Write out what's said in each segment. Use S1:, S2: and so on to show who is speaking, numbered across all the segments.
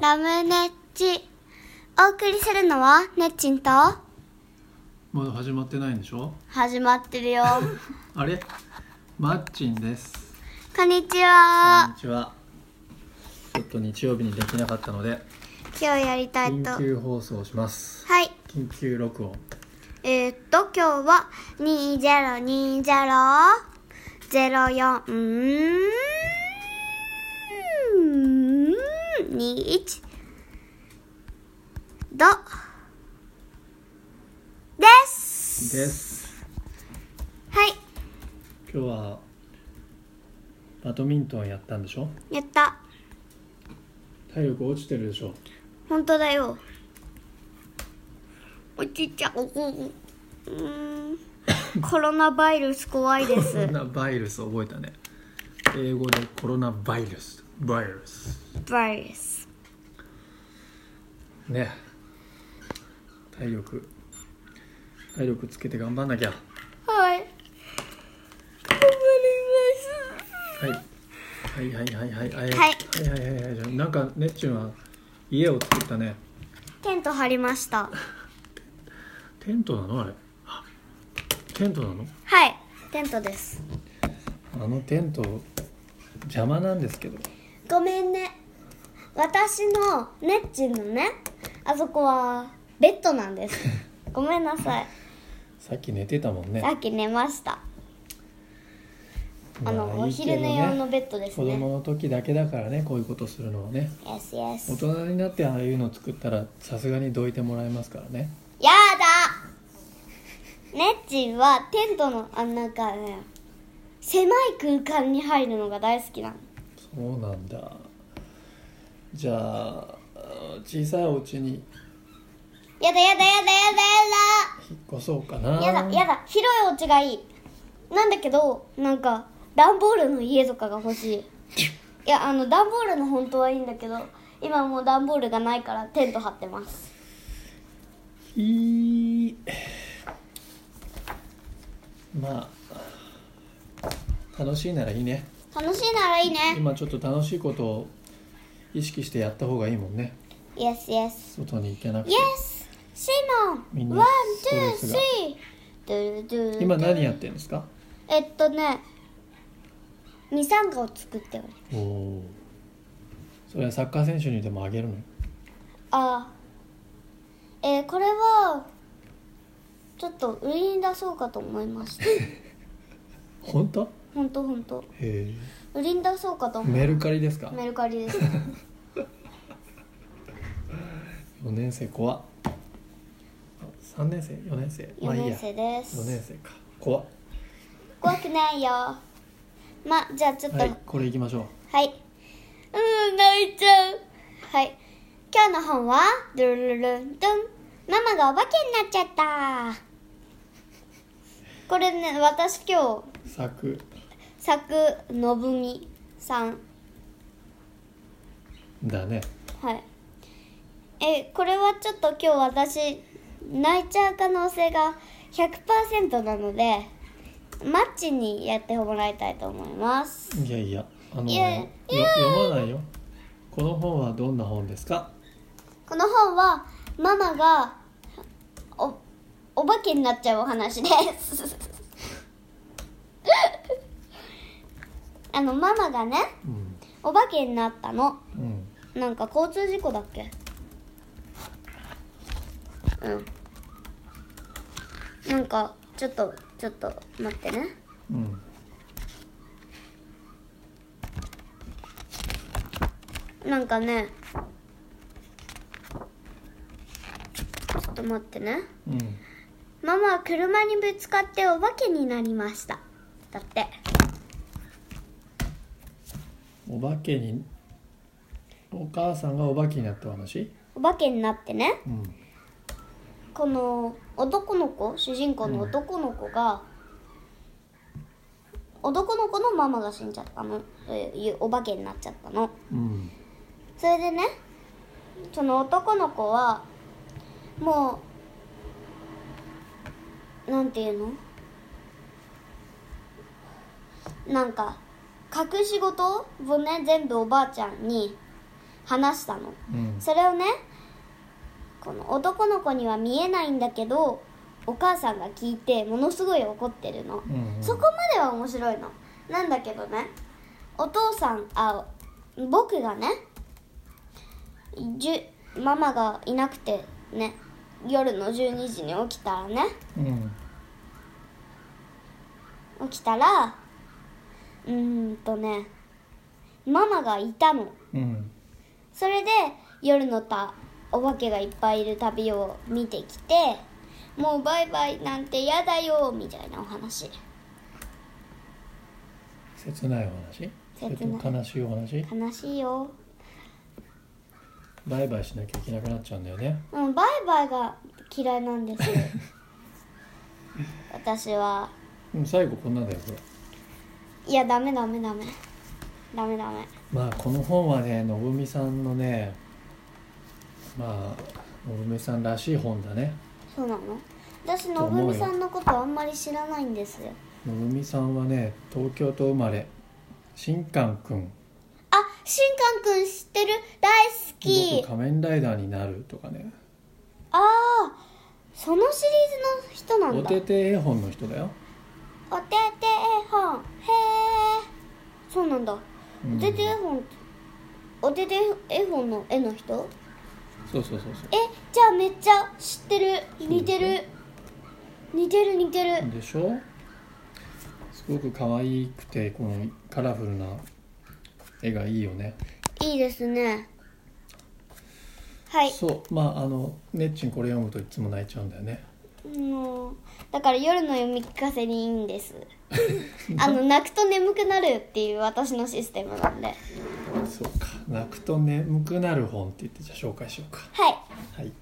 S1: ラムネッチ。お送りするのは、ねっちんと、
S2: まだ始まってないんでしょ
S1: 始まってるよ。
S2: あれマッチンです
S1: こんにち
S2: こん
S1: は
S2: に。ちはちょっと日曜日にできなかったので
S1: 今日やりたいと。
S2: 緊
S1: はい。
S2: 急放送します緊急録音
S1: えー、っと、今日は、2020、04、うーん、21、ど、です。
S2: です
S1: はい。
S2: 今日はバドミントンやったんでしょ
S1: やった。
S2: 体力落ちてるでしょ
S1: 本当だよ。おじいちゃん、おこうーん、コロナバイルス怖いで
S2: コロ
S1: す。
S2: ナバイルス覚えたね英語でコロナバイルスバイルス
S1: バイルス。
S2: ね体力体力つけて頑張んなきゃ
S1: はい。頑張
S2: はい、はいはいはいはいはいはい
S1: はい
S2: はいはいはいはいなんかねっちゅんは家を作ったね
S1: ます。テント張りました。
S2: テントなのあれあテントなの
S1: はい。テントです。
S2: あのテント邪魔なんですけど
S1: ごめんね。私のネッチンのね、あそこはベッドなん です。ごめんなさい。
S2: さっき寝てたもんね
S1: さっき寝ました。あの、
S2: ま
S1: お
S2: いいけ
S1: 昼
S2: ど
S1: 寝用のベッドです
S2: 子供
S1: ね。
S2: の時だけだからねこういうことするのはね
S1: Yes, yes.
S2: 大人になってああいうの作ったらさすがにどいてもらえますからね
S1: やだねっちんはテントのあなんかね狭い空間に入るのが大好きなの
S2: そうなんだじゃあ小さいお家に
S1: やだやだやだ
S2: 引っ越そうかな
S1: やだやだやだやだ広いお家がいいなんだけどなんか段ボールの家とかが欲しいいやあの段ボールの本当はいいんだけど今もう段ボールがないからテント張ってます
S2: いいまあ楽しいならいいね
S1: 楽しいならいいね
S2: 今ちょっと楽しいことを意識してやった方がいいもんね
S1: Yes yes
S2: 外に行けなくて
S1: Yes シ
S2: みん
S1: モン
S2: な
S1: ワン
S2: ストレ
S1: ツー
S2: ス
S1: ス
S2: が
S1: リードゥルドゥル
S2: 今何やってんですか
S1: えっとねミサンガを作っておる
S2: おおそれはサッカー選手にでもあげるの
S1: あーえーこれはちょっと売りに出そうかと思いました
S2: 本当
S1: ほんとほんと
S2: へえ
S1: 売りに出そうかと思う
S2: メルカリですか
S1: メルカリです
S2: 4年生怖っ3年生4年生
S1: 4
S2: いい
S1: 年
S2: や
S1: 生で
S2: 4年
S1: す
S2: 生か怖っ
S1: 怖くないよまじゃあちょっと
S2: は
S1: はい、
S2: いこれいきましょう
S1: うん泣いちゃうはい今日の本はドゥルルルンドゥンママがお化けになっちゃったこれね私今日
S2: 作
S1: 作のぶみさん
S2: だね
S1: はいえこれはちょっと今日私泣いちゃう可能性が100%なのでマッチにやってもらいたいと思います
S2: いやいや、あの
S1: いや
S2: よ読まないよ。この本はどんな本ですか？
S1: この本はママがおお化けになっちゃうお話です あのママがね
S2: うん、
S1: お化けになったの
S2: うん、
S1: なんか交通事故だっけうんなんかちょっとちょっと待ってね
S2: うん。
S1: なんかねちょっと待ってね
S2: うん、
S1: ママは車にぶつかってお化けになりましただって
S2: お化けにお母さんがお化けになった話？
S1: お化けになってね
S2: うん、
S1: この男の子主人公の男の子が、男の子のママが死んじゃったのえいうお化けになっちゃったの
S2: うん、
S1: それでねその男の子はもうなんていうのなんか隠し事をね全部おばあちゃんに話したの
S2: うん
S1: それをねこの男の子には見えないんだけどお母さんが聞いてものすごい怒ってるの、
S2: うんうん
S1: そこまでは面白いのなんだけどねお父さんあ僕がねじゅママがいなくてね夜の12時に起きたらね
S2: うん
S1: 起きたらうーんとねママがいたの
S2: うん
S1: それで夜のたお化けがいっぱいいる旅を見てきてもうバイバイなんてやだよみたいなお話
S2: 切ないお話それ
S1: 切
S2: と
S1: ない
S2: も悲しいお話
S1: 悲しいよ
S2: バイバイしなきゃいけなくなっちゃうんだよね
S1: うんバイバイが嫌いなんです 私は
S2: うん最後こんなんだよこれ
S1: いやダメダメダメダメダメ
S2: まあこの本はねのぶみさんのねまあのぶみさんらしい本だね
S1: そうなの私のぶみさんのことあんまり知らないんですよ
S2: のぶみさんはね東京都生まれ新刊くん
S1: あしんかんくん知ってる大好き
S2: 僕仮面ライダーになるとかね
S1: ああそのシリーズの人なん
S2: お
S1: だ
S2: てて絵本の人だよ、
S1: おてて絵本へえそうなんだ、
S2: うん
S1: おてて絵本おてて絵本の絵の人
S2: そうそうそうそ
S1: えじゃあめっちゃ知ってる
S2: うでしょ
S1: 似てる似てる似てる
S2: うでしょすごく可愛くてこのカラフルな絵がいいよね
S1: いいですねはい
S2: そうまああのねっちんこれ読むといつも泣いちゃうんだよね
S1: もうだから夜の読み聞かせにいいんですあの泣くと眠くなるっていう私のシステムなんで
S2: そうか泣くと眠くなる本って言ってじゃあ紹介しようか
S1: はい
S2: はい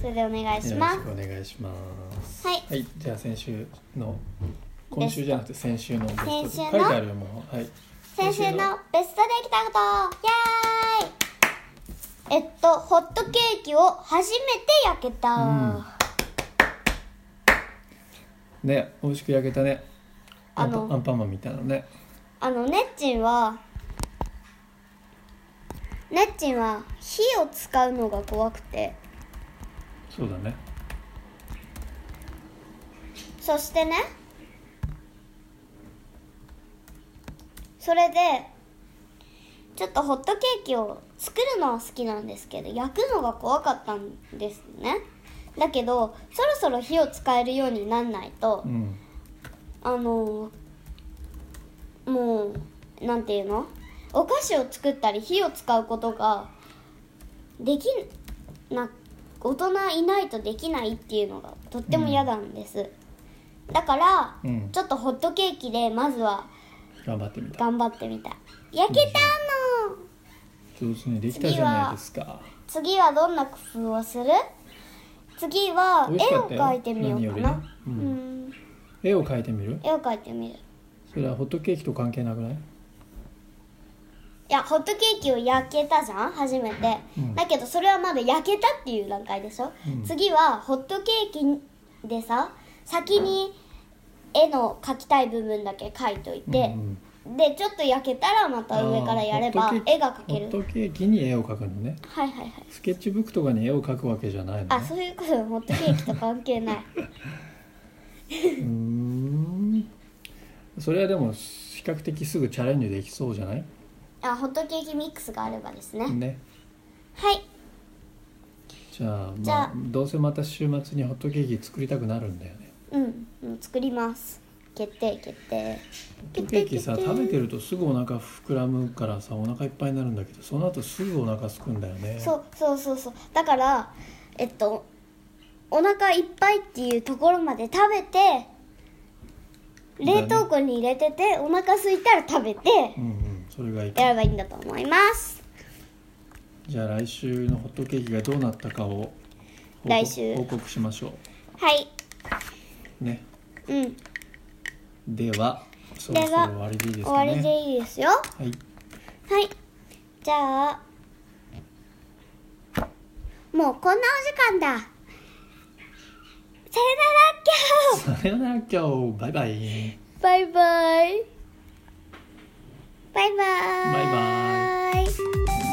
S1: それでお願いし
S2: よ
S1: ま
S2: ろ
S1: す
S2: しくお願いします
S1: はい
S2: はいじゃあ先週の今週じゃなくて先週のベスト
S1: 先週の
S2: 書いてあるよもうはい
S1: 先週のベストできたことイエーイえっとホットケーキを初めて焼けた、
S2: んね美味しく焼けたねアンパ
S1: あの
S2: アンパンマンみたいなのね
S1: あのねっちんはねっちんは火を使うのが怖くて
S2: そうだね
S1: そしてねそれでちょっとホットケーキを作るのは好きなんですけど焼くのが怖かったんですねだけどそろそろ火を使えるようになんないと、
S2: うん
S1: あのもうなんていうのお菓子を作ったり火を使うことができな大人いないとできないっていうのがとっても嫌なんです、だから、
S2: うん
S1: ちょっとホットケーキでまずは
S2: 頑張ってみた
S1: 頑張ってみた焼けたの
S2: 上手にできたじゃないですか
S1: 次はどんな工夫をする次は
S2: 美味し
S1: 絵
S2: か
S1: を
S2: ったよ
S1: 描いてみようかな、
S2: 何よりねう
S1: うん、
S2: 絵を描いてみる
S1: 絵を描いてみる
S2: それはホットケーキと関係なくない
S1: いやホットケーキを焼けたじゃん初めて、
S2: うん
S1: だけどそれはまだ焼けたっていう段階でしょ、
S2: うん
S1: 次はホットケーキでさ先に絵の描きたい部分だけ描いといて
S2: う、ん
S1: でちょっと焼けたらまた上からやれば
S2: あーホットケーキ
S1: 絵が描ける
S2: ホットケーキに絵を描くのね
S1: はいはいはい
S2: スケッチブックとかに絵を描くわけじゃないの
S1: あ
S2: ね
S1: そういうことホットケーキと関係 ない
S2: うーんそれはでも比較的すぐチャレンジできそうじゃない
S1: あホットケーキミックスがあればですね、
S2: ね
S1: はい
S2: じゃあ,、まあ、
S1: じゃあ
S2: どうせまた週末にホットケーキ作りたくなるんだよね
S1: うんもう作ります決定決定
S2: ホットケーキさ食べてるとすぐお腹膨らむからさお腹いっぱいになるんだけどその後すぐお腹すくんだよね
S1: そうそうそうそうだからえっとお腹いっぱいっていうところまで食べて冷凍庫に入れててお腹空いたら食べて
S2: うんうんそれがいい
S1: やればいいんだと思います
S2: じゃあ来週のホットケーキがどうなったかを報告
S1: 来週
S2: 報告しましょ
S1: はい
S2: うんね
S1: うん
S2: ではそろそろ終わりでいいで
S1: 終
S2: すか
S1: わ
S2: ね
S1: りでいいですよは
S2: はい
S1: いじゃあもうこんなお時間ださよならきゃ
S2: さよなら今日バイバイ
S1: バイバイバイバイ
S2: バイバ
S1: イ